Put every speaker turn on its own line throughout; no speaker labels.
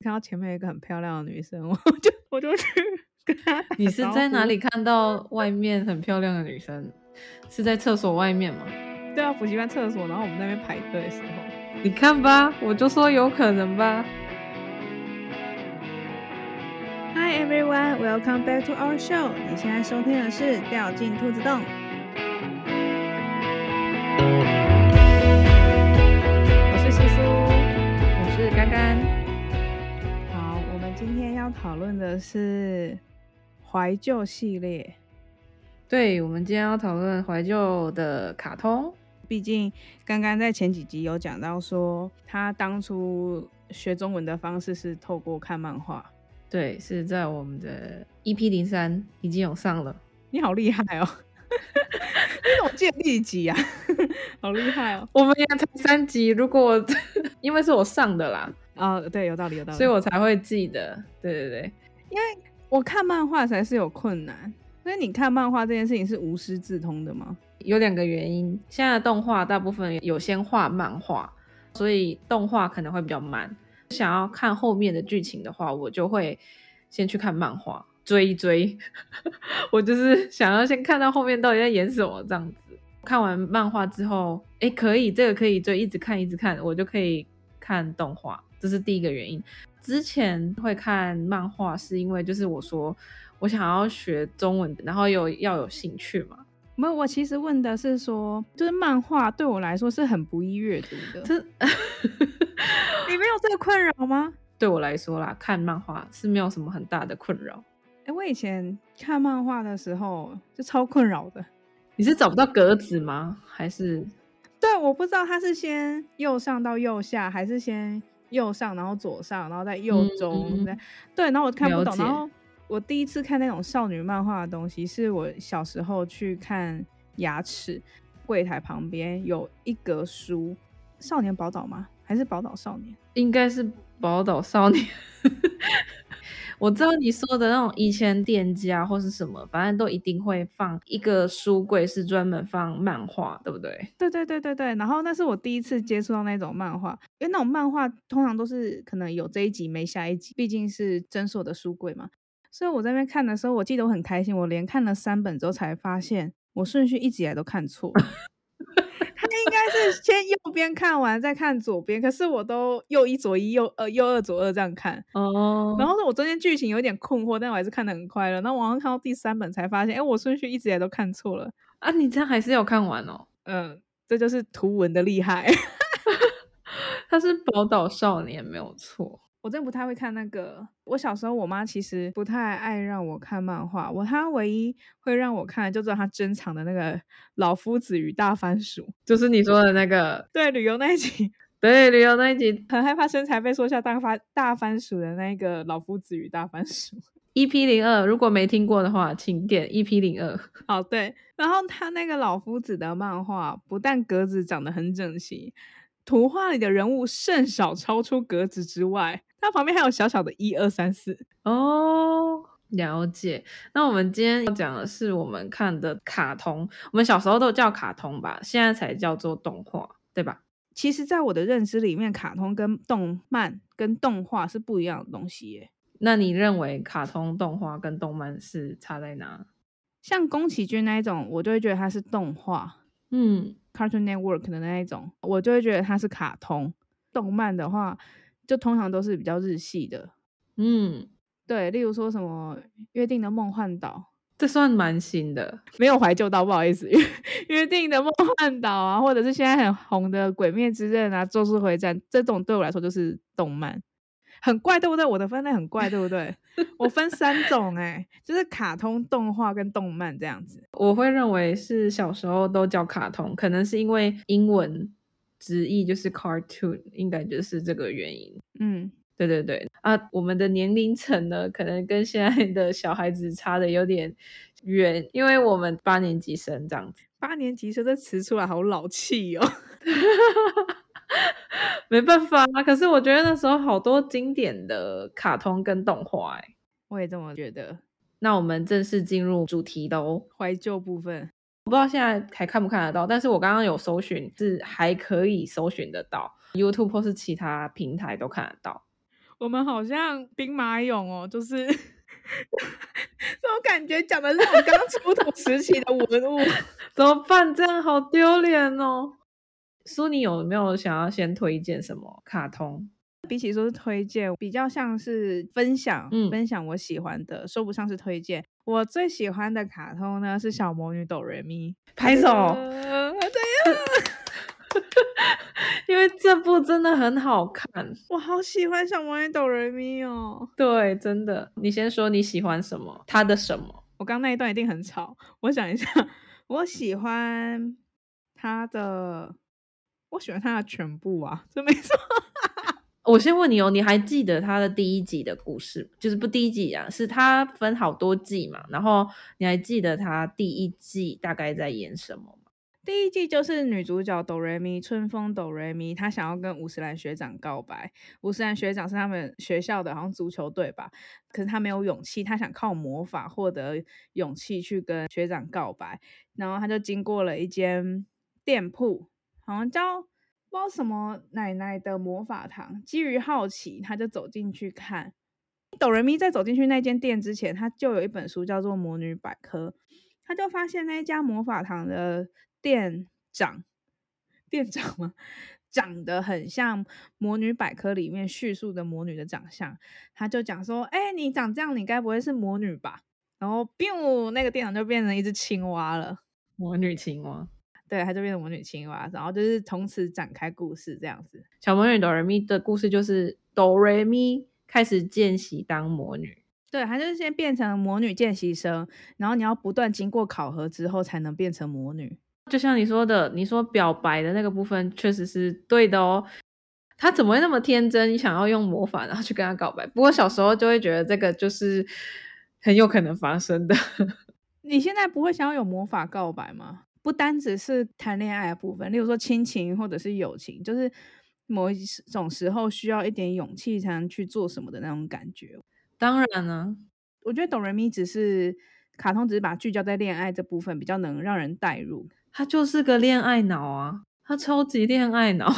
看到前面有一个很漂亮的女生，我就我就去 跟她打
你是
招
在哪
呼
里？看到外面很漂亮的女生？是在厕所外面吗？
对啊，补习班厕所，然后我们在那边排队的时候，
你看吧，我就说有可能吧。
Hi everyone, welcome back to our show。你现在收听的是《掉进兔子洞》，
我是苏苏。
我是甘甘，
好，我们今天要讨论的是怀旧系列。
对我们今天要讨论怀旧的卡通。
毕竟刚刚在前几集有讲到说，她当初学中文的方式是透过看漫画。
对，是在我们的 EP 零三已经有上了。
你好厉害哦！ 你怎么记得第几啊？ 好厉害哦！
我们也才三集，如果 我因为是我上的啦，
啊，对，有道理，有道理。
所以我才会记得。对对对，
我看漫画才是有困难，所以你看漫画这件事情是无师自通的吗？
有两个原因，现在的动画大部分有先画漫画，所以动画可能会比较慢。想要看后面的剧情的话，我就会先去看漫画追一追。 我就是想要先看到后面到底在演什么这样子。看完漫画之后，诶，可以，这个可以追，一直看一直看，我就可以看动画，这是第一个原因。之前会看漫画是因为就是我说我想要学中文，然后有要有兴趣嘛，
没有，我其实问的是说，就是漫画对我来说是很不易阅读的。
这
你没有这个困扰吗？
对我来说啦，看漫画是没有什么很大的困扰。
哎、我以前看漫画的时候就超困扰的。
你是找不到格子吗？还是
对，我不知道他是先右上到右下，还是先右上然后左上，然后再右
嗯
中，
嗯嗯
再对，然后我看不
了
懂。
解
然后我第一次看那种少女漫画的东西，是我小时候去看牙齿柜台旁边有一格书，《少年宝岛》吗？还是《宝岛少年》？
应该是宝岛少年？ 我知道你说的那种以前店家或是什么，反正都一定会放一个书柜是专门放漫画，对不对？
对对对对对，然后那是我第一次接触到那种漫画，因为那种漫画通常都是可能有这一集没下一集，毕竟是诊所的书柜嘛。所以我在那边看的时候，我记得我很开心，我连看了三本之后才发现，我顺序一直以来都看错。他应该是先右边看完再看左边，可是我都右一左一右呃右二左二这样看，
哦
然后是我中间剧情有点困惑，但我还是看得很快乐。然后我好像看到第三本才发现，哎，我顺序一直以来都看错了。
啊，你这样还是有看完哦。
嗯，这就是图文的厉害。
它是宝岛少年没有错，
我真的不太会看那个。我小时候，我妈其实不太爱让我看漫画，我她唯一会让我看，就知道她珍藏的那个《老夫子与大番薯》。
就是你说的那个
对，旅游那一集，
对旅游那一集
很害怕身材被说下大番大番薯的那个《老夫子与大番薯》。
EP ，E 零二，如果没听过的话，请点 EP 零二。
哦，对，然后他那个老夫子的漫画，不但格子长得很整齐，图画里的人物甚少超出格子之外，它旁边还有小小的一二三四。
哦，了解。那我们今天要讲的是我们看的卡通，我们小时候都叫卡通吧，现在才叫做动画，对吧？
其实，在我的认知里面，卡通跟动漫跟动画是不一样的东西耶。
那你认为卡通动画跟动漫是差在哪？
像宫崎骏那一种，我就会觉得它是动画
嗯，
（Cartoon Network） 的那一种，我就会觉得它是卡通。动漫的话，就通常都是比较日系的，
嗯，
对，例如说什么《约定的梦幻岛》，
这算蛮新的。
没有怀旧到，不好意思， 《约约定的梦幻岛》啊，或者是现在很红的《鬼灭之刃》啊，《咒术回战》这种，对我来说就是动漫，很怪，对不对？我的分类很怪，对不对？我分三种、哎，就是卡通、动画跟动漫这样子。
我会认为是小时候都叫卡通，可能是因为英文直译就是 cartoon，应该就是这个原因。
嗯，
对对对啊，我们的年龄层呢，可能跟现在的小孩子差的有点远，因为我们八年级生这样子，
八年级生这词出来好老气哦。
没办法啊。可是我觉得那时候好多经典的卡通跟动画、欸，
我也这么觉得。
那我们正式进入主题喽。
怀旧部分，
我不知道现在还看不看得到，但是我刚刚有搜寻，是还可以搜寻得到，YouTube 或是其他平台都看得到。
我们好像兵马俑哦，就是 这种感觉讲的是我们刚出土时期的文物。
怎么办？这样好丢脸哦。苏你有没有想要先推荐什么卡通？
比起说是推荐，比较像是分享，
嗯
分享我喜欢的，说不上是推荐。我最喜欢的卡通呢是小魔女哆瑞咪，
拍手，
呃
因为这部真的很好看。
我好喜欢小魔女哆瑞咪哦。
对，真的。你先说你喜欢什么？他的什么？
我刚那一段一定很吵，我想一下， 我喜欢她的，我喜欢她的全部啊，这没错。
我先问你哦，你还记得他的第一集的故事？就是不第一集啊，是他分好多季嘛。然后你还记得他第一季大概在演什么吗？
第一季就是女主角哆瑞咪春风哆瑞咪，她想要跟五十岚学长告白。五十岚学长是他们学校的，好像足球队吧，可是她没有勇气，她想靠魔法获得勇气去跟学长告白。然后她就经过了一间店铺，好像叫不知道什么奶奶的魔法堂。基于好奇，她就走进去看。哆瑞咪在走进去那间店之前，她就有一本书叫做《魔女百科》，她就发现那一家魔法堂的店长，店长吗？ 长得很像《魔女百科》里面叙述的魔女的长相。她就讲说：“哎、你长这样，你该不会是魔女吧？”然后，biu，那个店长就变成一只青蛙了。
魔女青蛙。
对，她就变成魔女青蛙，然后就是从此展开故事这样子。
小魔女哆瑞咪的故事就是哆瑞咪开始见习当魔女，
对，她就是先变成魔女见习生，然后你要不断经过考核之后才能变成魔女。
就像你说的，你说表白的那个部分确实是对的哦。她怎么会那么天真，想要用魔法然后去跟他告白？不过小时候就会觉得这个就是很有可能发生的。
你现在不会想要有魔法告白吗？不单只是谈恋爱的部分，例如说亲情或者是友情，就是某一种时候需要一点勇气才能去做什么的那种感觉。
当然啊呢、
我觉得哆瑞咪只是卡通，只是把聚焦在恋爱这部分，比较能让人代入。
她就是个恋爱脑啊，她超级恋爱脑。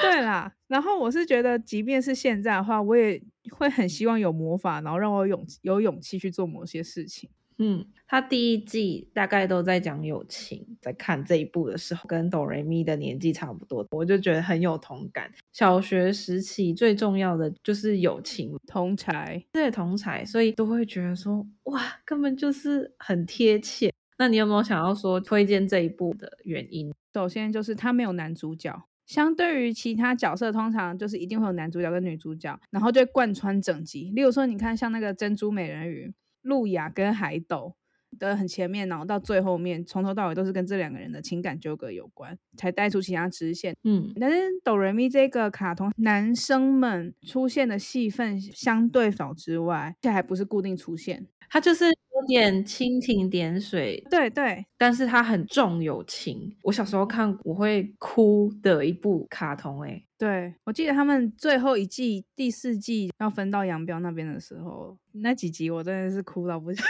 对啦，然后我是觉得，即便是现在的话，我也会很希望有魔法，然后让我有勇有勇气去做某些事情。
嗯，他第一季大概都在讲友情，在看这一部的时候，跟哆瑞咪的年纪差不多，我就觉得很有同感。小学时期最重要的就是友情，
同才，
对同才，所以都会觉得说，哇，根本就是很贴切。那你有没有想要说推荐这一部的原因？
首先就是他没有男主角，相对于其他角色，通常就是一定会有男主角跟女主角，然后就会贯穿整集。例如说，你看像那个珍珠美人鱼、露雅跟海斗。的很前面，然后到最后面，从头到尾都是跟这两个人的情感纠葛有关，才带出其他支线。
嗯，
但是哆瑞咪这个卡通，男生们出现的戏份相对少之外，这还不是固定出现。
它就是有点蜻蜓点水，
对对，
但是它很重友情。我小时候看我会哭的一部卡通、欸，
对，我记得他们最后一季第四季要分到杨彪那边的时候，那几集我真的是哭到不行。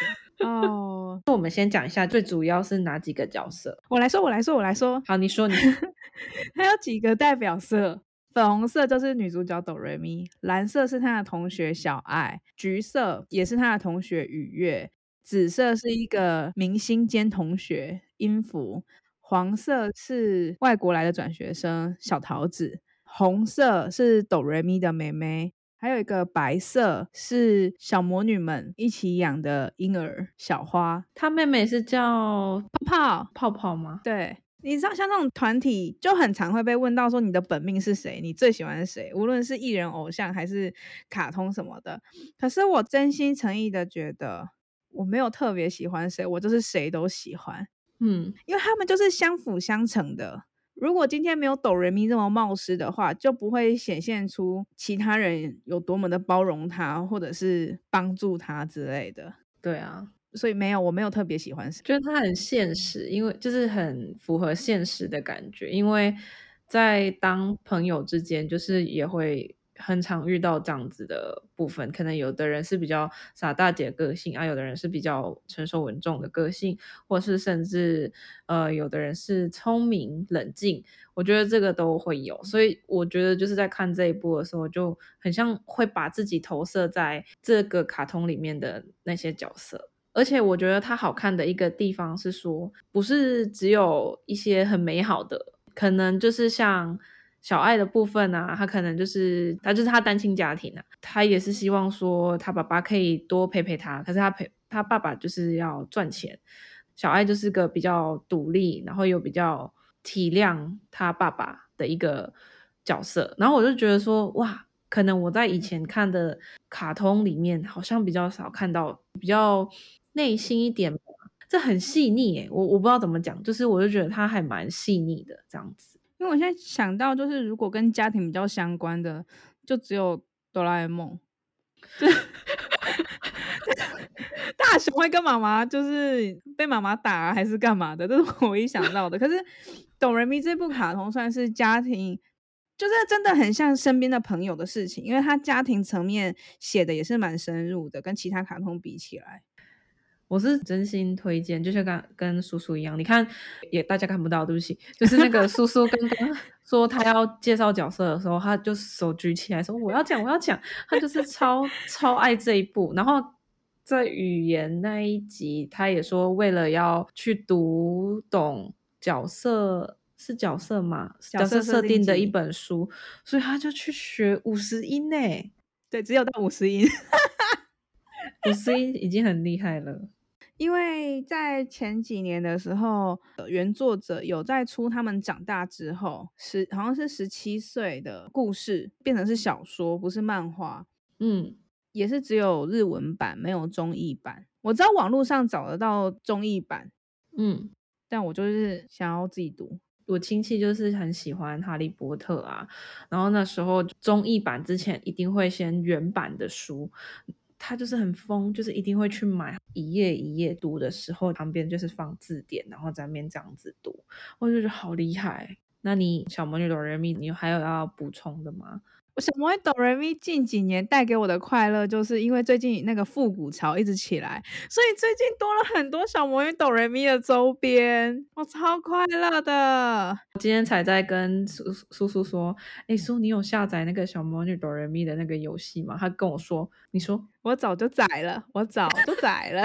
哦，
我们先讲一下最主要是哪几个角色。
我来说，我来说，我来说，
好，你说你
它有几个代表色。粉红色就是女主角哆瑞咪，蓝色是她的同学小爱，橘色也是她的同学雨月，紫色是一个明星兼同学音符，黄色是外国来的转学生小桃子，红色是哆瑞咪的妹妹，还有一个白色是小魔女们一起养的婴儿小花
他妹妹是叫
泡泡。
泡泡吗？
对，你知道像这种团体就很常会被问到说你的本命是谁，你最喜欢是谁，无论是艺人、偶像还是卡通什么的。可是我真心诚意的觉得，我没有特别喜欢谁，我就是谁都喜欢，
嗯，
因为他们就是相辅相成的。如果今天没有抖人咪这么冒失的话，就不会显现出其他人有多么的包容他，或者是帮助他之类的。
对啊，
所以没有，我没有特别喜欢谁。
觉得他很现实，因为就是很符合现实的感觉，因为在当朋友之间，就是也会很常遇到这样子的部分，可能有的人是比较傻大姐个性啊，有的人是比较成熟稳重的个性，或是甚至呃，有的人是聪明冷静，我觉得这个都会有。所以我觉得就是在看这一部的时候，就很像会把自己投射在这个卡通里面的那些角色。而且我觉得它好看的一个地方是说，不是只有一些很美好的，可能就是像小爱的部分啊，她可能就是她就是她单亲家庭啊，她也是希望说她爸爸可以多陪陪她，可是她陪她爸爸就是要赚钱，小爱就是个比较独立，然后又比较体谅她爸爸的一个角色，然后我就觉得说，哇，可能我在以前看的卡通里面，好像比较少看到比较内心一点吧，这很细腻欸诶，我我不知道怎么讲，就是我就觉得它还蛮细腻的这样子。
因为我现在想到，就是如果跟家庭比较相关的，就只有哆啦 A 梦，就是 大雄会跟妈妈就是被妈妈打、啊、还是干嘛的，这是我唯一想到的。可是《懂人迷》这部卡通算是家庭，就是真的很像身边的朋友的事情，因为他家庭层面写的也是蛮深入的，跟其他卡通比起来。
我是真心推荐，就像跟跟叔叔一样，你看也大家看不到，对不起，就是那个叔叔刚 刚说他要介绍角色的时候，他就手举起来说我要讲我要讲，他就是超超爱这一部。然后在语言那一集，他也说为了要去读懂角色是角色嘛，
角
角
色
色
设
设
定
定的
集
一本书，所以他就去学五十音呢，
对，只有到五十音。
五十音已经很厉害了。
因为在前几年的时候，呃原作者有在出他们长大之后十好像是十七岁的故事，变成是小说，不是漫画，
嗯，
也是只有日文版，没有中译版。我知道网络上找得到中译版，
嗯，
但我就是想要自己读。
我亲戚就是很喜欢《哈利波特》啊，然后那时候中译版之前一定会先原版的书，他就是很疯，就是一定会去买一页一页读的时候，旁边就是放字典，然后在那边这样子读，我就觉得好厉害。那你小魔女哆瑞咪，你还有要补充的吗？
我想问哆瑞咪近几年带给我的快乐，就是因为最近那个复古潮一直起来，所以最近多了很多小魔女哆瑞咪的周边，我超快乐的。
我今天才在跟嗯叔叔叔说，哎、叔，你有下载那个小魔女哆瑞咪的那个游戏吗？他跟我说，你说
我早就宰了，我早就宰了。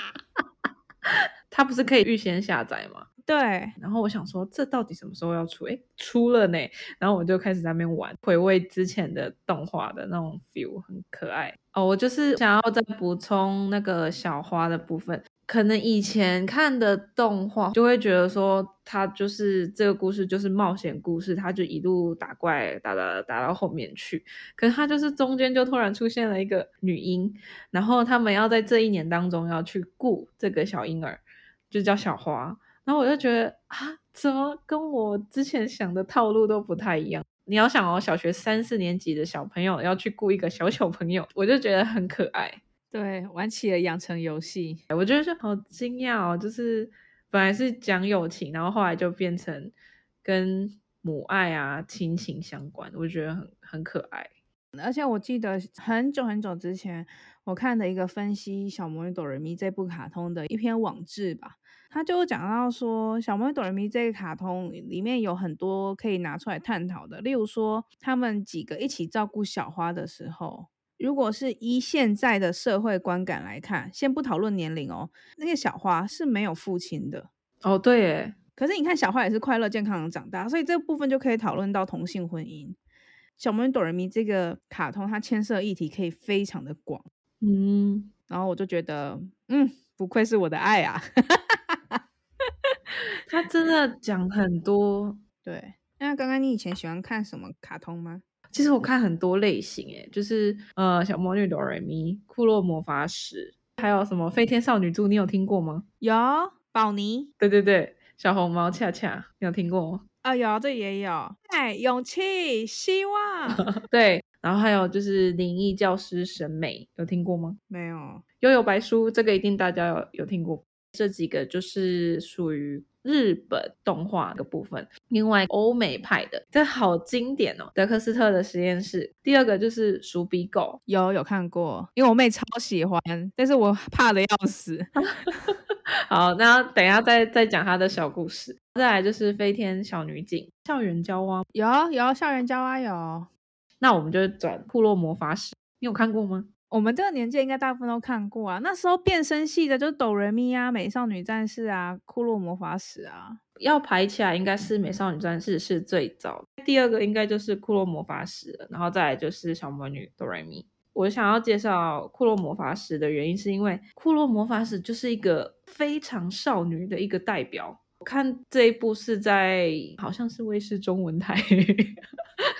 他不是可以预先下载吗？
对，
然后我想说，这到底什么时候要出？诶，出了呢。然后我就开始在那边玩，回味之前的动画的那种 feel，很可爱哦。我就是想要再补充那个小花的部分。可能以前看的动画，就会觉得说，它就是这个故事就是冒险故事，它就一路打怪打打打到后面去。可是它就是中间就突然出现了一个女婴，然后他们要在这一年当中要去顾这个小婴儿，就叫小花。然后我就觉得啊，怎么跟我之前想的套路都不太一样？你要想哦，小学三四年级的小朋友要去雇一个小小朋友，我就觉得很可爱，
对，玩起了养成游戏。
我觉得就好惊讶哦。就是本来是讲友情，然后后来就变成跟母爱啊、亲情相关，我觉得很很可爱。
而且我记得很久很久之前，我看的一个分析《小魔女哆瑞咪》这部卡通的一篇网志吧，他就讲到说，《小魔女哆瑞咪》这个卡通里面有很多可以拿出来探讨的，例如说，他们几个一起照顾小花的时候，如果是依现在的社会观感来看，先不讨论年龄哦，那个小花是没有父亲的，
哦，对耶，
可是你看，小花也是快乐健康的长大，所以这部分就可以讨论到同性婚姻。小魔女哆瑞咪这个卡通，它牵涉议题可以非常的广，
嗯，
然后我就觉得，嗯，不愧是我的爱啊！
他真的讲很多
对，那刚刚你以前喜欢看什么卡通吗？
其实我看很多类型，诶，就是呃，小魔女哆瑞咪、库洛魔法使，还有什么飞天少女猪，你有听过吗？
有宝妮
对对对，小红毛恰恰，你有听过吗？
啊，有这也有，爱、勇气、希望，
对，然后还有就是灵异教师审美，有听过吗？
没有
幽游白书这个一定大家有有听过，这几个就是属于日本动画的部分，另外欧美派的，这好经典哦，德克斯特的实验室。第二个就是鼠比狗，
有有看过，因为我妹超喜欢，但是我怕的要死。
好，那等一下再再讲她的小故事。再来就是飞天小女警，校园交往。
有有校园交啊有，
那我们就转库洛魔法使，你有看过吗？
我们这个年纪应该大部分都看过啊。那时候变身系的就是哆瑞咪啊、美少女战士啊、库洛魔法使啊。
要排起来应该是美少女战士是最早的，第二个应该就是库洛魔法使了，然后再来就是小魔女哆瑞咪。我想要介绍库洛魔法使的原因，是因为库洛魔法使就是一个非常少女的一个代表。我看这一部是在好像是卫视中文台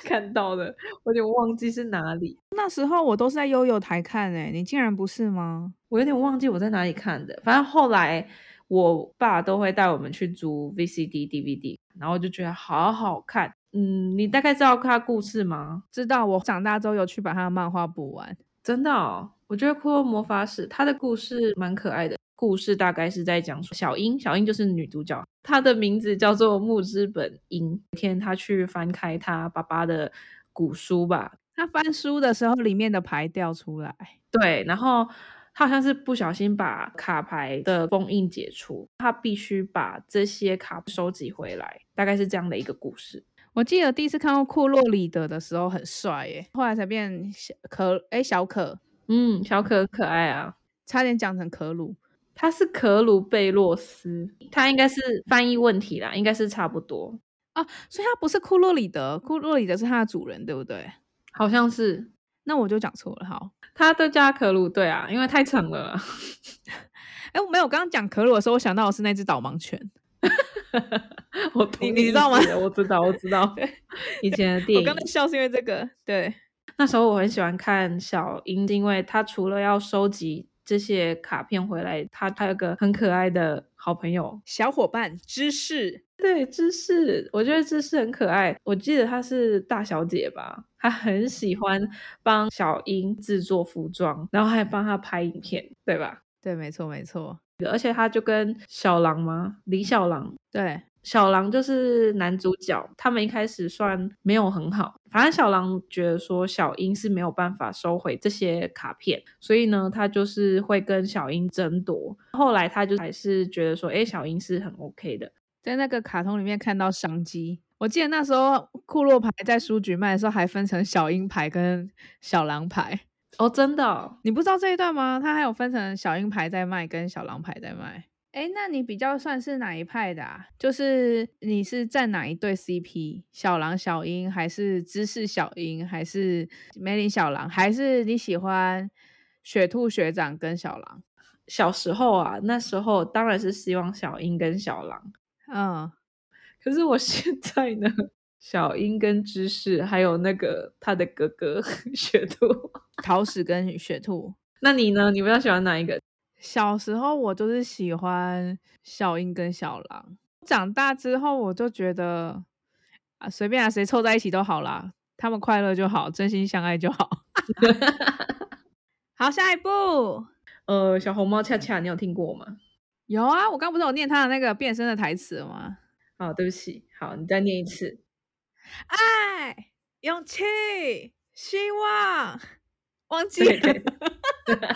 看到的，我有点忘记是哪里，
那时候我都是在悠悠台看诶、你竟然不是吗？
我有点忘记我在哪里看的。反正后来我爸都会带我们去租 VCD、DVD，然后就觉得好好看。嗯，你大概知道它故事吗？
知道我长大之后有去把他的漫画补完。
真的、哦，我觉得《骷髅魔法使》它的故事蛮可爱的。故事大概是在讲述小樱，小樱就是女主角，她的名字叫做木之本樱。有一天她去翻开她爸爸的古书吧，
他翻书的时候，里面的牌掉出来，
对，然后他好像是不小心把卡牌的封印解除，他必须把这些卡收集回来，大概是这样的一个故事。
我记得第一次看到库洛里德的时候很帅耶，后来才变小可哎、小可，
嗯，小可很可爱啊，
差点讲成可鲁。
他是可鲁贝洛斯，他应该是翻译问题啦，应该是差不多，
啊，所以他不是库洛里德，库洛里德是他的主人，对不对？
好像是
那我就讲错了，好。
他都叫他可鲁，对啊，因为太长了 啦。
哎，我没有，我刚刚讲可鲁的时候，我想到的是那只导盲犬。
我懂
你你知道吗
意思了我知道，我知道以前的电
我
影
刚才笑是因为这个，对，
那时候我很喜欢看小樱，因为她除了要收集这些卡片回来，她她有个很可爱的好朋友，
小伙伴知识，
对芝士，我觉得芝士很可爱。我记得她是大小姐吧，她很喜欢帮小樱制作服装，然后还帮她拍影片，对吧？
对，没错，没错，
而且她就跟小狼吗？李小狼
对，
小狼就是男主角，他们一开始算没有很好，反正小狼觉得说小樱是没有办法收回这些卡片，所以呢，他就是会跟小樱争夺。后来他就还是觉得说，哎，小樱是很 OK 的，
在那个卡通里面看到商机。我记得那时候库洛牌在书局卖的时候，还分成小鹰牌跟小狼牌。
哦，真的哦、
你不知道这一段吗？它还有分成小鹰牌在卖跟小狼牌在卖。哎，那你比较算是哪一派的啊？就是你是站哪一对 CP？小狼小鹰，还是芝士小鹰，还是梅林小狼，还是你喜欢雪兔学长跟小狼？
小时候啊，那时候当然是希望小樱跟小狼，
嗯，
可是我 现在呢，小樱跟芝士还有那个他的哥哥 雪兔，
桃矢跟雪兔。
那你呢？你比较喜欢哪一个？
小时候我就是喜欢小樱跟小狼，长大之后我就觉得啊，随便啊，谁凑在一起都好啦，他们快乐就好，真心相爱就好。 好，下一步
呃，小红帽恰恰，你有听过吗？
有啊，我刚不是有念他的那个变身的台词了吗？
好，对不起，好，你再念一次。
爱、勇气、希望，忘记
对
了
对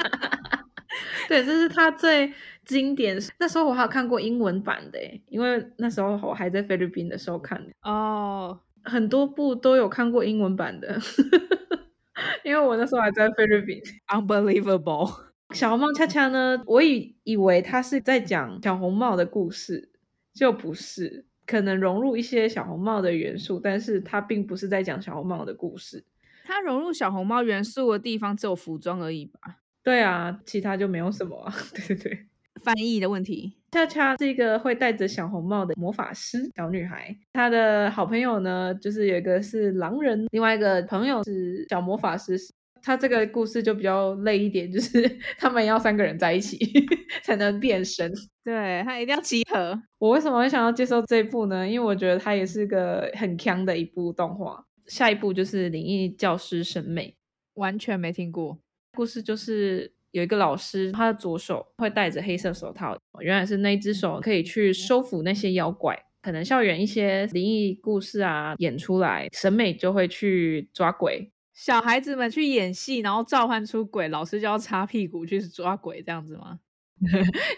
对，这是他最经典。那时候我还有看过英文版的耶，因为那时候我还在菲律宾的时候看的，
哦。
很多部都有看过英文版的， 因为我那时候还在菲律宾。
Unbelievable！
小红帽恰恰呢，我以以为他是在讲小红帽的故事，就不是，可能融入一些小红帽的元素，但是他并不是在讲小红帽的故事。
它融入小红帽元素的地方只有服装而已吧？
对啊，其他就没有什么啊。 对对对，
翻译的问题，
恰恰是一个会戴着小红帽的魔法师小女孩，她的好朋友呢，就是有一个是狼人，另外一个朋友是小魔法师。她这个故事就比较累一点，就是 他们要三个人在一起 才能变身。
对，它一定要集合。
我为什么会想要接受这一部呢？因为我觉得它也是个很强的一部动画。下一部就是《灵异教师审美》，
完全没听过。
故事就是有一个老师，他的左手会戴着黑色手套，原来是那一只手可以去收服那些妖怪。可能校园一些灵异故事啊演出来，审美就会去抓鬼。
小孩子们去演戏，然后召唤出鬼，老师就要擦屁股去抓鬼，这样子吗？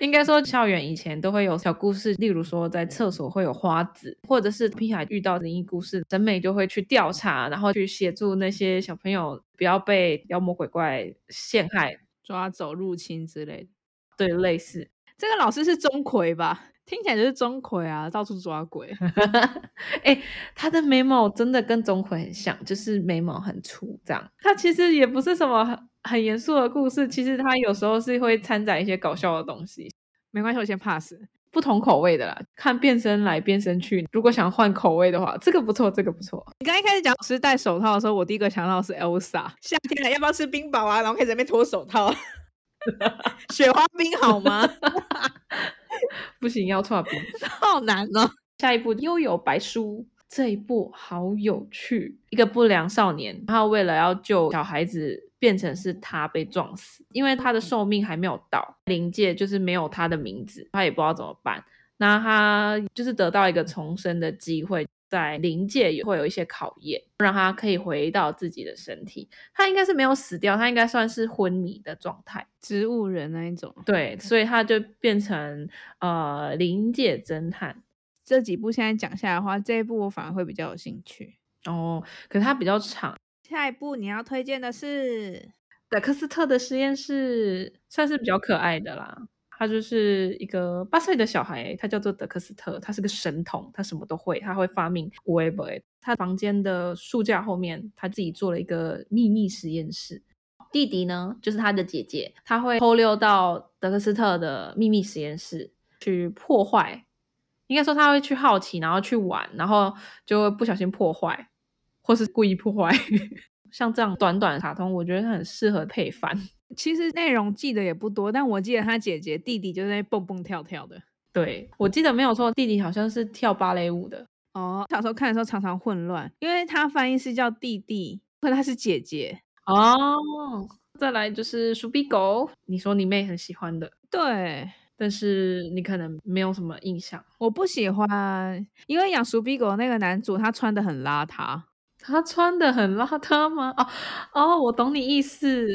应该说，校园以前都会有小故事，例如说在厕所会有花子，或者是屁孩遇到灵异故事，审美就会去调查，然后去协助那些小朋友不要被妖魔鬼怪陷害，
抓走、入侵之类的。
对，类似。
这个老师是钟馗吧？听起来就是钟馗啊，到处抓 鬼。
哎、他的眉毛真的跟钟馗很像，就是眉毛很粗这样。他其实也不是什么很很严肃的故事，其实他有时候是会掺杂一些搞笑的东西，
没关系，我先 pass。
不同口味的啦。看变身来变身去，如果想换口味的话，这个不错，这个不错。
你刚一开始讲老师戴手套的时候，我第一个想到的是 Elsa，夏天了要不要吃冰雹啊？然后开始在那边脱手套， 雪花冰好吗？
不行，要错冰。
好难哦。
下一部《幽游白书》这一部好有趣，一个不良少年，他为了要救小孩子，变成是他被撞死，因为他的寿命还没有到，灵界就是没有他的名字，他也不知道怎么办。那他就是得到一个重生的机会，在灵界也会有一些考验，让他可以回到自己的身体。他应该是没有死掉，他应该算是昏迷的状态。
植物人那一种，
对，所以他就变成呃灵界侦探。
这几部现在讲下来的话，这一部我反而会比较有兴趣。
哦，可是它比较长，《
下一部你要推荐的是
德克斯特的实验室》算是比较可爱的啦。他就是一个八岁的小孩，欸他叫做德克斯特，他是个神童，他什么都会，他会发明 w e b 他房间的书架后面，他自己做了一个秘密实验室。弟弟呢，就是他的姐姐，他会偷溜到德克斯特的秘密实验室去破坏，应该说他会去好奇，然后去玩，然后就会不小心破坏，或是故意破坏。像这样短短的卡通，我觉得它很适合配饭。
其实内容记得也不多，但我记得他姐姐弟弟就在那蹦蹦跳跳的。
对我记得没有错，弟弟好像是跳芭蕾舞的。
哦，小时候看的时候常常混乱，因为他翻译是叫弟弟，可他是姐姐。
哦，再来就是鼠比狗，你说你妹很喜欢的，
对，
但是你可能没有什么印象。
我不喜欢，因为养鼠比狗那个男主他穿的很邋遢。
他穿的很邋遢吗？哦哦，我懂你意思。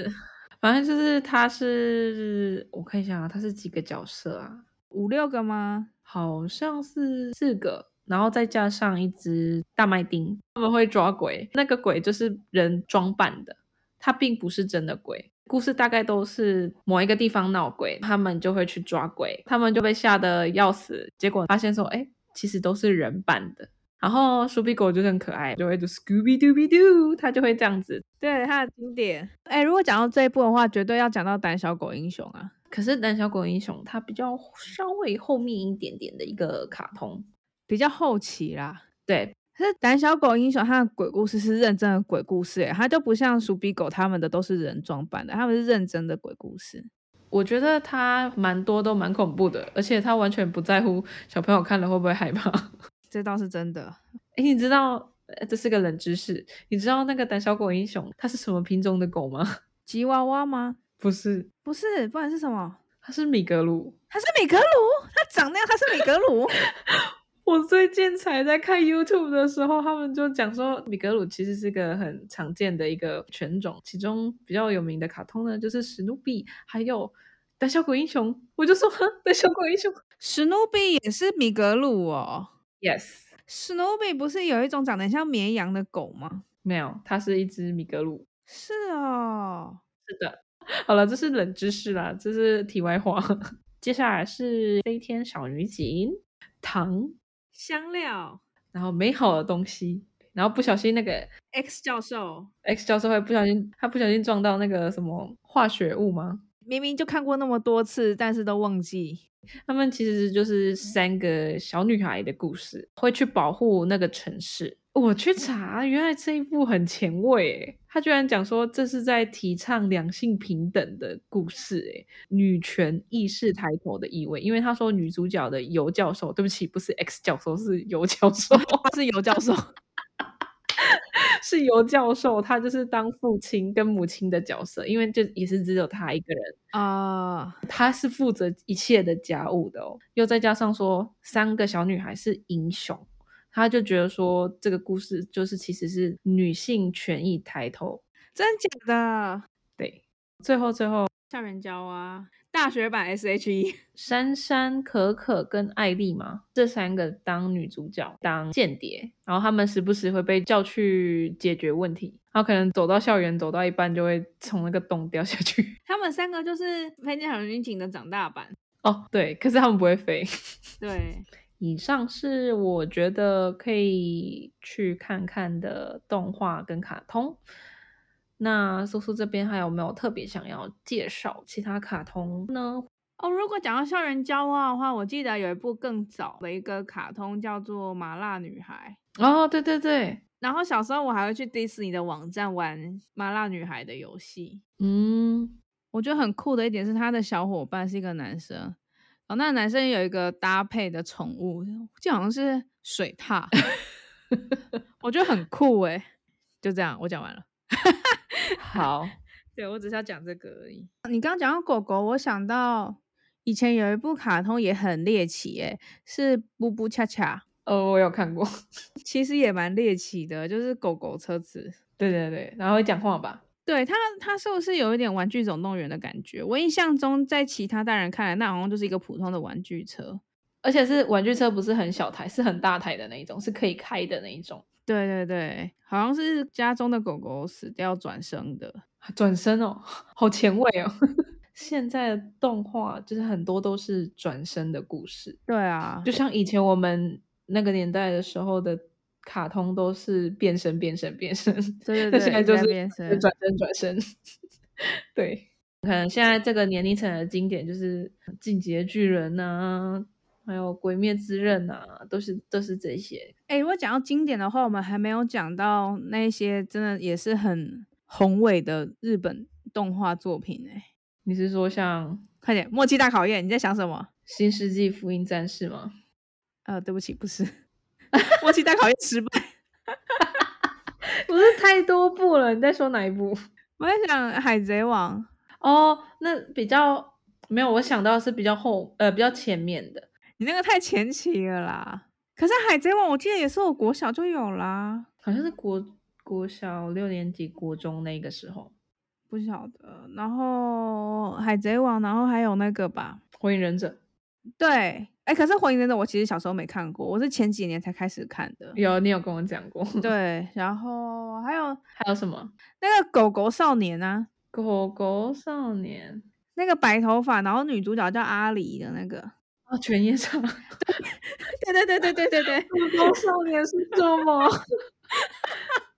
反正就是他是，我看一下啊，他是几个角色啊？
五六个吗？
好像是四个，然后再加上一只大麦丁，他们会抓鬼。那个鬼就是人装扮的，他并不是真的鬼。故事大概都是某一个地方闹鬼，他们就会去抓鬼，他们就被吓得要死。结果发现说，哎，其实都是人扮的。然后鼠比狗就是很可爱，就会就 Scooby Dooby Doo，它就会这样子。
对，他的经典。哎，如果讲到这一部的话，绝对要讲到胆小狗英雄啊。
可是胆小狗英雄它比较稍微后面一点点的一个卡通，
比较后期啦。
对，
可是胆小狗英雄它的鬼故事是认真的鬼故事、欸，它就不像鼠比狗他们的都是人装扮的，他们是认真的鬼故事。
我觉得他蛮多都蛮恐怖的，而且他完全不在乎小朋友看了会不会害怕。
这倒是真的，
哎，你知道呃这是个冷知识，你知道那个胆小狗英雄它是什么品种的狗吗？
吉娃娃吗？
不是，
不是，不然是什么？
它是米格鲁。
它是米格鲁，它长那样，它是米格鲁。
我最近才在看 YouTube 的时候，他们就讲说米格鲁其实是个很常见的一个犬种，其中比较有名的卡通呢就是史努比，还有胆小狗英雄。我就说哈胆小狗英雄
史努比也是米格鲁哦。
，yes，
史努比不是有一种长得很像绵羊的狗吗？
没有，它是一只米格鲁。
是哦，
好了，这是冷知识啦，这是题外话。 接下来是《飞天小女警》糖，
香料
然后美好的东西，然后不小心那个
X 教授
X 教授会不小心，他不小心撞到那个什么化学物吗？
明明就看过那么多次，但是都忘记。
他们其实就是三个小女孩的故事，会去保护那个城市。我去查，原来这一部很前卫诶，他居然讲说这是在提倡两性平等的故事诶，女权意识抬头的意味。因为他说女主角的尤教授， 对不起，不是 X 教授，是尤教授，
他是尤教授，
是尤教授，他就是当父亲跟母亲的角色，因为就也是只有他一个人，
啊、
他是负责一切的家务的哦。又再加上说三个小女孩是英雄，他就觉得说这个故事就是其实是女性权益抬头。
真假的
对，最后最后，
校园教啊，大学版 S H E
珊珊、可可跟艾丽嘛，这三个当女主角当间谍，然后他们时不时会被叫去解决问题。然后可能走到校园走到一半就会从那个洞掉下去。
他们三个就是《飞天小女警》的长大版。
哦，对，可是他们不会飞。
对，
以上是我觉得可以去看看的动画跟卡通。那苏苏这边还有没有特别想要介绍其他卡通呢？
哦，如果讲到校园教啊的话，我记得有一部更早的一个卡通叫做《麻辣女孩》，
哦，对对对，
然后小时候我还会去迪士尼的网站玩《麻辣女孩》的游戏。
嗯，
我觉得很酷的一点是，他的小伙伴是一个男生，哦，那个男生有一个搭配的宠物，就好像是水 獭，我觉得很酷诶、就这样，我讲完了。
好，
对我只是要讲这个而已。你刚刚讲到狗狗，我想到以前有一部卡通也很猎奇、欸，是布布恰恰，
呃，我有看过，
其实也蛮猎奇的，就是狗狗车子。
对对对，然后会讲话吧？
对它，它是不是有一点《玩具总动员》的感觉？我印象中，在其他大人看来，那好像就是一个普通的玩具车。
而且是玩具车，不是很小台，是很大台的那一种，是可以开的那一种。
对对对，好像是家中的狗狗死掉转生的。
转身哦， 好前卫哦。 现在的动画就是 很多都是转身的故事，
对啊，
就像以前我们那个年代的时候的卡通都是变身、变身、变身，
对对
那
对
现在就
在
是
变身
转身、转身。 对，可能现在这个年龄层的经典就是《进击的巨人》呐，还有《鬼灭之刃》呐，都是都是这些。
哎、如果讲到经典的话，我们还没有讲到那些真的也是很宏伟的日本动画作品哎、
你是说像《
快点，默契大考验，你在想什么？
新世纪福音战士》吗？
呃，对不起，不是 默契大考验失败。
不是太多部了，你在说哪一部？
我在想《海贼王》
哦，那比较没有，我想到的是比较后呃比较前面的，
你那个太前期了啦。可是《海贼王》我记得也是我国小就有啦，
好像是国国小六年级、国中那个时候，
不晓得。然后《海贼王》，然后还有那个吧，
《火影忍者
对，哎、可是《火影忍者》我其实小时候没看过，我是前几年才开始看的》。
有你有跟我讲过，
对，然后还有
还有什么
那个狗狗少年啊，
《狗狗少年》
那个白头发，然后女主角叫阿狸的那个。
啊，《犬夜叉》《
对对对对对对对，
狗狗少年》是什么？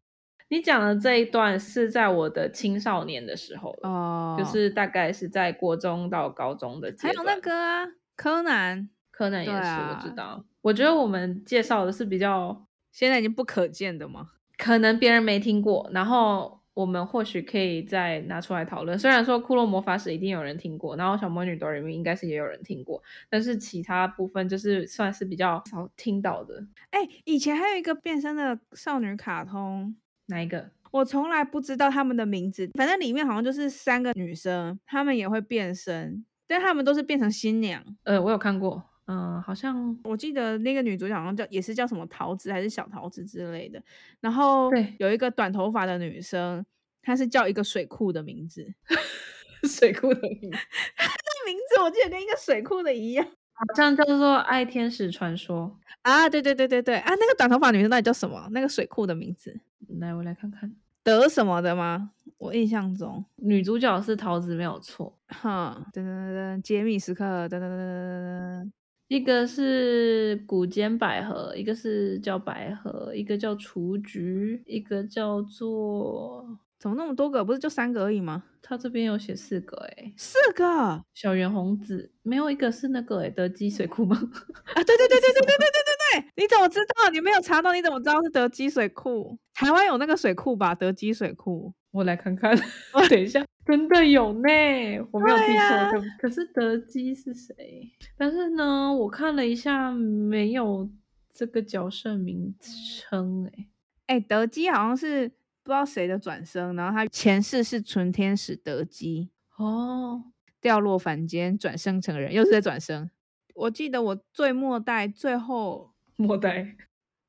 你讲的这一段是在我的青少年的时候了，
哦，
就是大概是在国中到高中的阶
还
段。
有那个啊，柯南
柯南也
对
是，
啊
我知道。我觉得我们介绍的是比较
现在已经不可见的吗？
可能别人没听过，然后我们或许可以再拿出来讨论。虽然说《骷髅魔法使》一定有人听过，然后《小魔女哆瑞咪》应该是也有人听过，但是其他部分就是算是比较少听到的。
哎、以前还有一个变身的少女卡通，
哪一个？
我从来不知道她们的名字，反正里面好像就是三个女生，她们也会变身，但她们都是变成新娘。
呃，我有看过，嗯、好像
我记得那个女主角好像叫也是叫什么桃子还是小桃子之类的，然后
对
有一个短头发的女生，她是叫一个水库的名字，
水库的名字，
那名字我记得跟一个水库的一样
好像叫做《爱天使传说
啊！对对对对对啊！那个短头发女生到底叫什么？那个水库的名字》。
来，我来看看，
德什么的吗？我印象中，
女主角是桃子没有错，
哼，噔噔噔噔，揭秘时刻，噔噔噔噔噔噔，
一个是古间百合，一个是叫百合，一个叫雏菊，一个叫做
怎么那么多个？不是就三个而已吗？
它这边有写四个诶、
四个啊！
小圆红子没有一个是那个诶、欸德基水库吗？
对啊对对对对对对对对对，你怎么知道？你没有查到，你怎么知道是德基水库？台湾有那个水库吧？德基水库。
我来看 看，我等一下，真的有呢，我没有记
对
错。
呀
对不可是德基是谁？但是呢，我看了一下，没有这个角色名称诶、
哎，德基好像是不知道谁的转生，然后他前世是纯天使德基，
哦，
掉落凡间转生成人，又是在转生。我记得我最末代最后
末代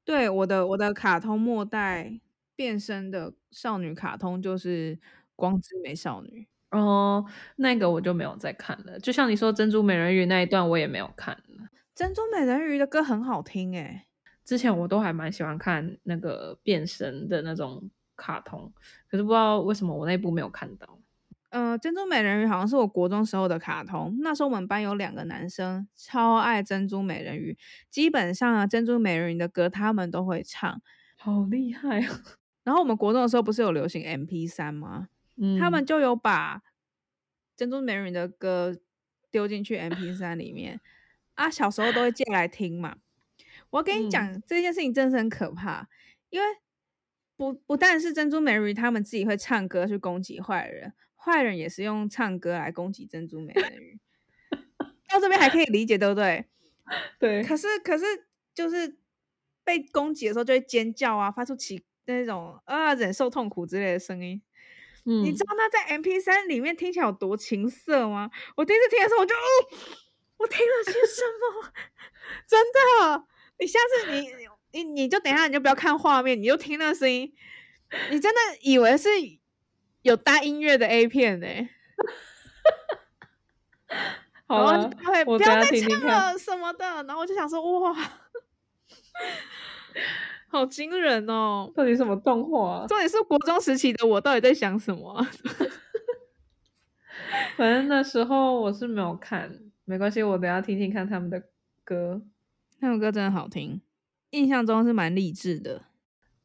对我的我的卡通末代变身的少女卡通就是光之美少女。
哦，那个我就没有再看了。就像你说珍珠美人鱼那一段，我也没有看了。
珍珠美人鱼的歌很好听哎、
之前我都还蛮喜欢看那个变身的那种卡通，可是不知道为什么我那一部没有看到。
呃，珍珠美人鱼好像是我国中时候的卡通。那时候我们班有两个男生超爱珍珠美人鱼，基本上啊，珍珠美人鱼的歌他们都会唱。
好厉害哦！
然后我们国中的时候不是有流行 MP 三吗？
嗯
他们就有把珍珠美人鱼的歌丢进去 MP 三里面啊，小时候都会借来听嘛。我跟你
嗯
讲、这件事情真是很可怕，因为不不但是珍珠美人鱼他们自己会唱歌去攻击坏人，坏人也是用唱歌来攻击珍珠美人鱼。到这边还可以理解，对不对？
对
可是可是就是被攻击的时候就会尖叫啊，发出奇那种啊忍受痛苦之类的声音。你
嗯
知，道那在 M P 三里面听起来有多情色吗？我第一次听的时候我就哦，我听了些什么？ 真的，你下次你你你就等一下你就不要看画面，你就听那个声音，你真的以为是有搭音乐的 A 片呢、
好啊
然
了
后，就会不
我等
要
下
再
听听
唱
看。
了什么的，然后我就想说哇， 好惊人哦！
到底什么动画啊、
重点是国中时期的我到底在想什么啊？
反正那时候我是没有看，没关系，我等下听听看他们的歌。
那首歌真的好听，印象中是蛮励志的。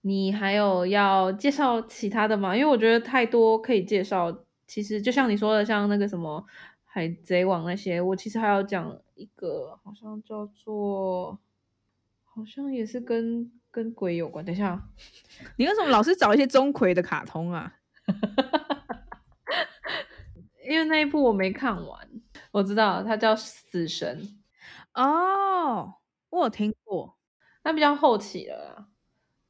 你还有要介绍其他的吗？因为我觉得太多可以介绍。其实就像你说的，像那个什么《海贼王》那些，我其实还要讲一个，好像叫做，好像也是跟跟鬼有关。等一下啊，
你为什么老是找一些钟馗的卡通啊？
因为那一部我没看完，我知道它叫《死神》，
哦，我有听过。
它比较后期了啦，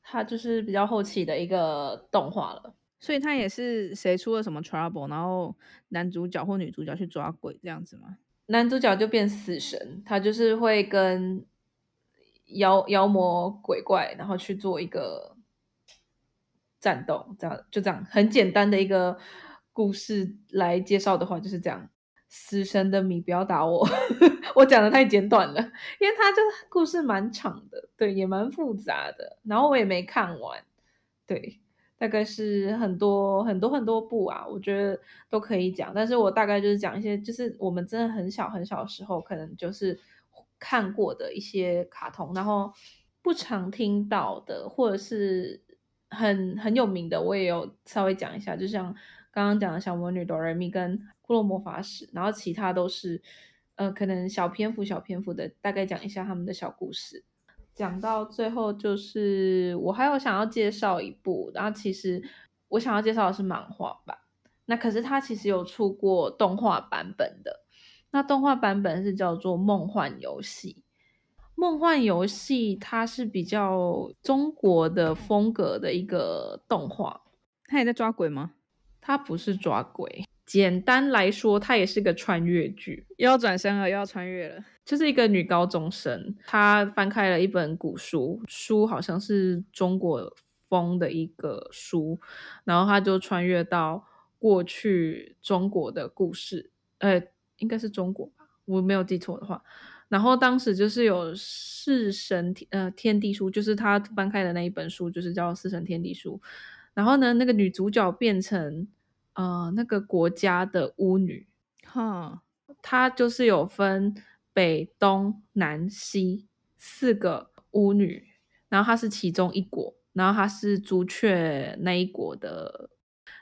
它就是比较后期的一个动画了。
所以他也是谁出了什么 trouble，然后男主角或女主角去抓鬼这样子吗？
男主角就变死神，他就是会跟妖妖魔鬼怪，然后去做一个战斗，这样就这样很简单的一个故事来介绍的话，就是这样。死神的米不要打我， 我讲的太简短了，因为他就是故事蛮长的，对，也蛮复杂的，然后我也没看完，对，大概是很多很多很多部啊，我觉得都可以讲。但是我大概就是讲一些，就是我们真的很小很小的时候，可能就是看过的一些卡通，然后不常听到的，或者是很很有名的，我也有稍微讲一下。就像刚刚讲的小魔女哆瑞咪跟骷髅魔法使，然后其他都是呃，可能小篇幅小篇幅的，大概讲一下他们的小故事。讲到最后，就是我还有想要介绍一部，然后其实我想要介绍的是漫画版，那可是它其实有出过动画版本的，那动画版本是叫做《梦幻游戏》。梦幻游戏它是比较中国的风格的一个动画，
他也在抓鬼吗？
它不是抓鬼。简单来说，它也是个穿越剧。
又要转身了，又要穿越了。
就是一个女高中生，她翻开了一本古书，书好像是中国风的一个书，然后她就穿越到过去中国的故事，呃，应该是中国吧，我没有记错的话。然后当时就是有四神天呃天地书，就是她翻开的那一本书，就是叫四神天地书。然后呢，那个女主角变成呃那个国家的巫女，
哈，
它就是有分北、东、南、西四个巫女，然后她是其中一国，然后她是朱雀那一国的。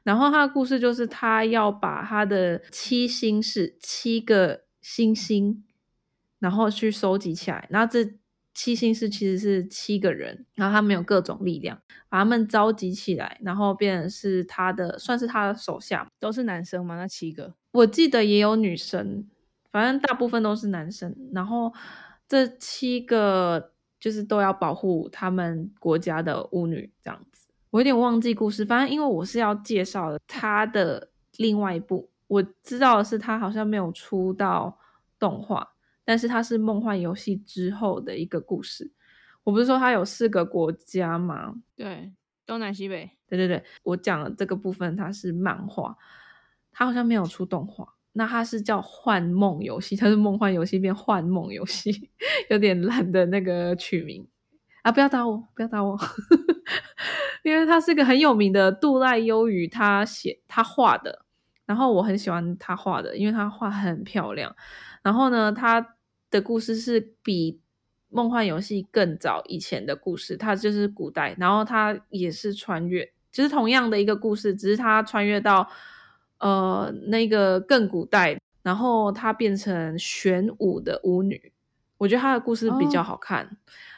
然后她的故事就是，她要把她的七星是七个星星，然后去收集起来。然后这七星是其实是七个人，然后他们有各种力量，把他们召集起来，然后变成是她的，算是她的手下
都是男生吗？那七个
我记得也有女生，反正大部分都是男生。然后这七个就是都要保护他们国家的巫女这样子。我有点忘记故事，反正因为我是要介绍的他的另外一部，我知道的是他好像没有出到动画，但是他是《梦幻游戏》之后的一个故事。我不是说他有四个国家吗？
对，东南西北，
对对对，我讲的这个部分它是漫画，它好像没有出动画。那它是叫幻梦游戏，它是梦幻游戏变幻梦游戏， 有点烂的那个取名啊！不要打我，不要打我， 因为它是一个很有名的杜赖优于他写他画的，然后我很喜欢他画的，因为他画很漂亮。然后呢，他的故事是比梦幻游戏更早以前的故事，它就是古代，然后它也是穿越，就是同样的一个故事，只是它穿越到呃那个更古代，然后她变成玄武的舞女，我觉得她的故事比
哦
较好看。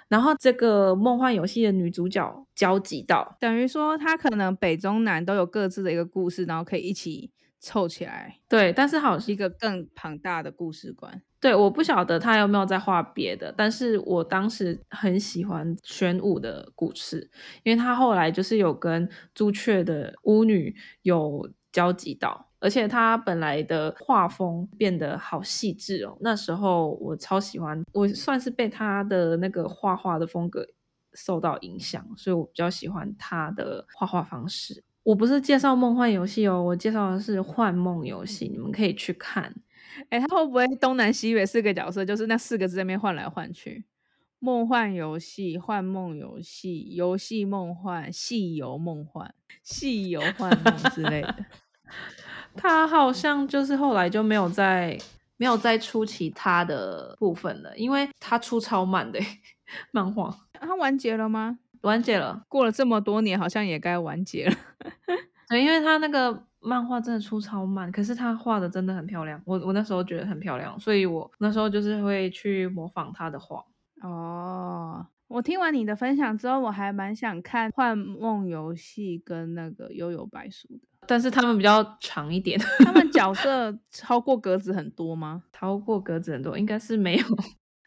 然后这个梦幻游戏的女主角交集到，
等于说他可能北中南都有各自的一个故事，然后可以一起凑起来，
对，但是好像
一个更庞大的故事观。
对，我不晓得他有没有在画别的，但是我当时很喜欢玄武的故事，因为他后来就是有跟朱雀的巫女有交集到，而且他本来的画风变得好细致哦。那时候我超喜欢，我算是被他的那个画画的风格受到影响，所以我比较喜欢他的画画方式。我不是介绍梦幻游戏哦，我介绍的是幻梦游戏，你们可以去看。
哎、他会不会东南西北四个角色，就是那四个字在那边换来换去？梦幻游戏、幻梦游戏、游戏梦幻、戏游梦幻、戏游幻梦之类 的。
他好像就是后来就没有再没有再出其他的部分了，因为他出超慢的 漫画
它完结了吗？
完结了。
过了这么多年，好像也该完结了。
对，因为他那个漫画真的出超慢，可是他画的真的很漂亮，我我那时候觉得很漂亮，所以我那时候就是会去模仿他的画。
哦，我听完你的分享之后，我还蛮想看《幻梦游戏》跟那个《悠悠白书》的。
但是他们比较长一点，
他们角色超过格子很多吗？
超过格子很多，应该是没有。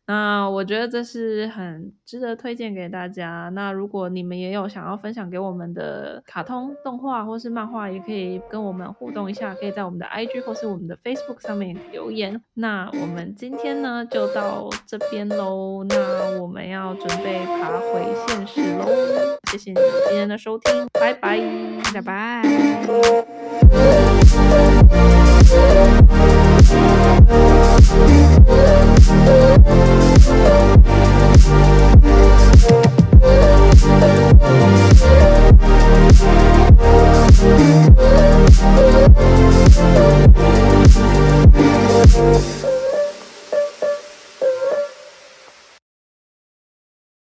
那我觉得这是很值得推荐给大家。那如果你们也有想要分享给我们的卡通、动画或是漫画，也可以跟我们互动一下，可以在我们的 IG 或是我们的 Facebook 上面留言。那我们今天呢就到这边喽，那我们要准备爬回现实喽。谢谢你们今天的收听，拜拜，
拜拜。
拜拜。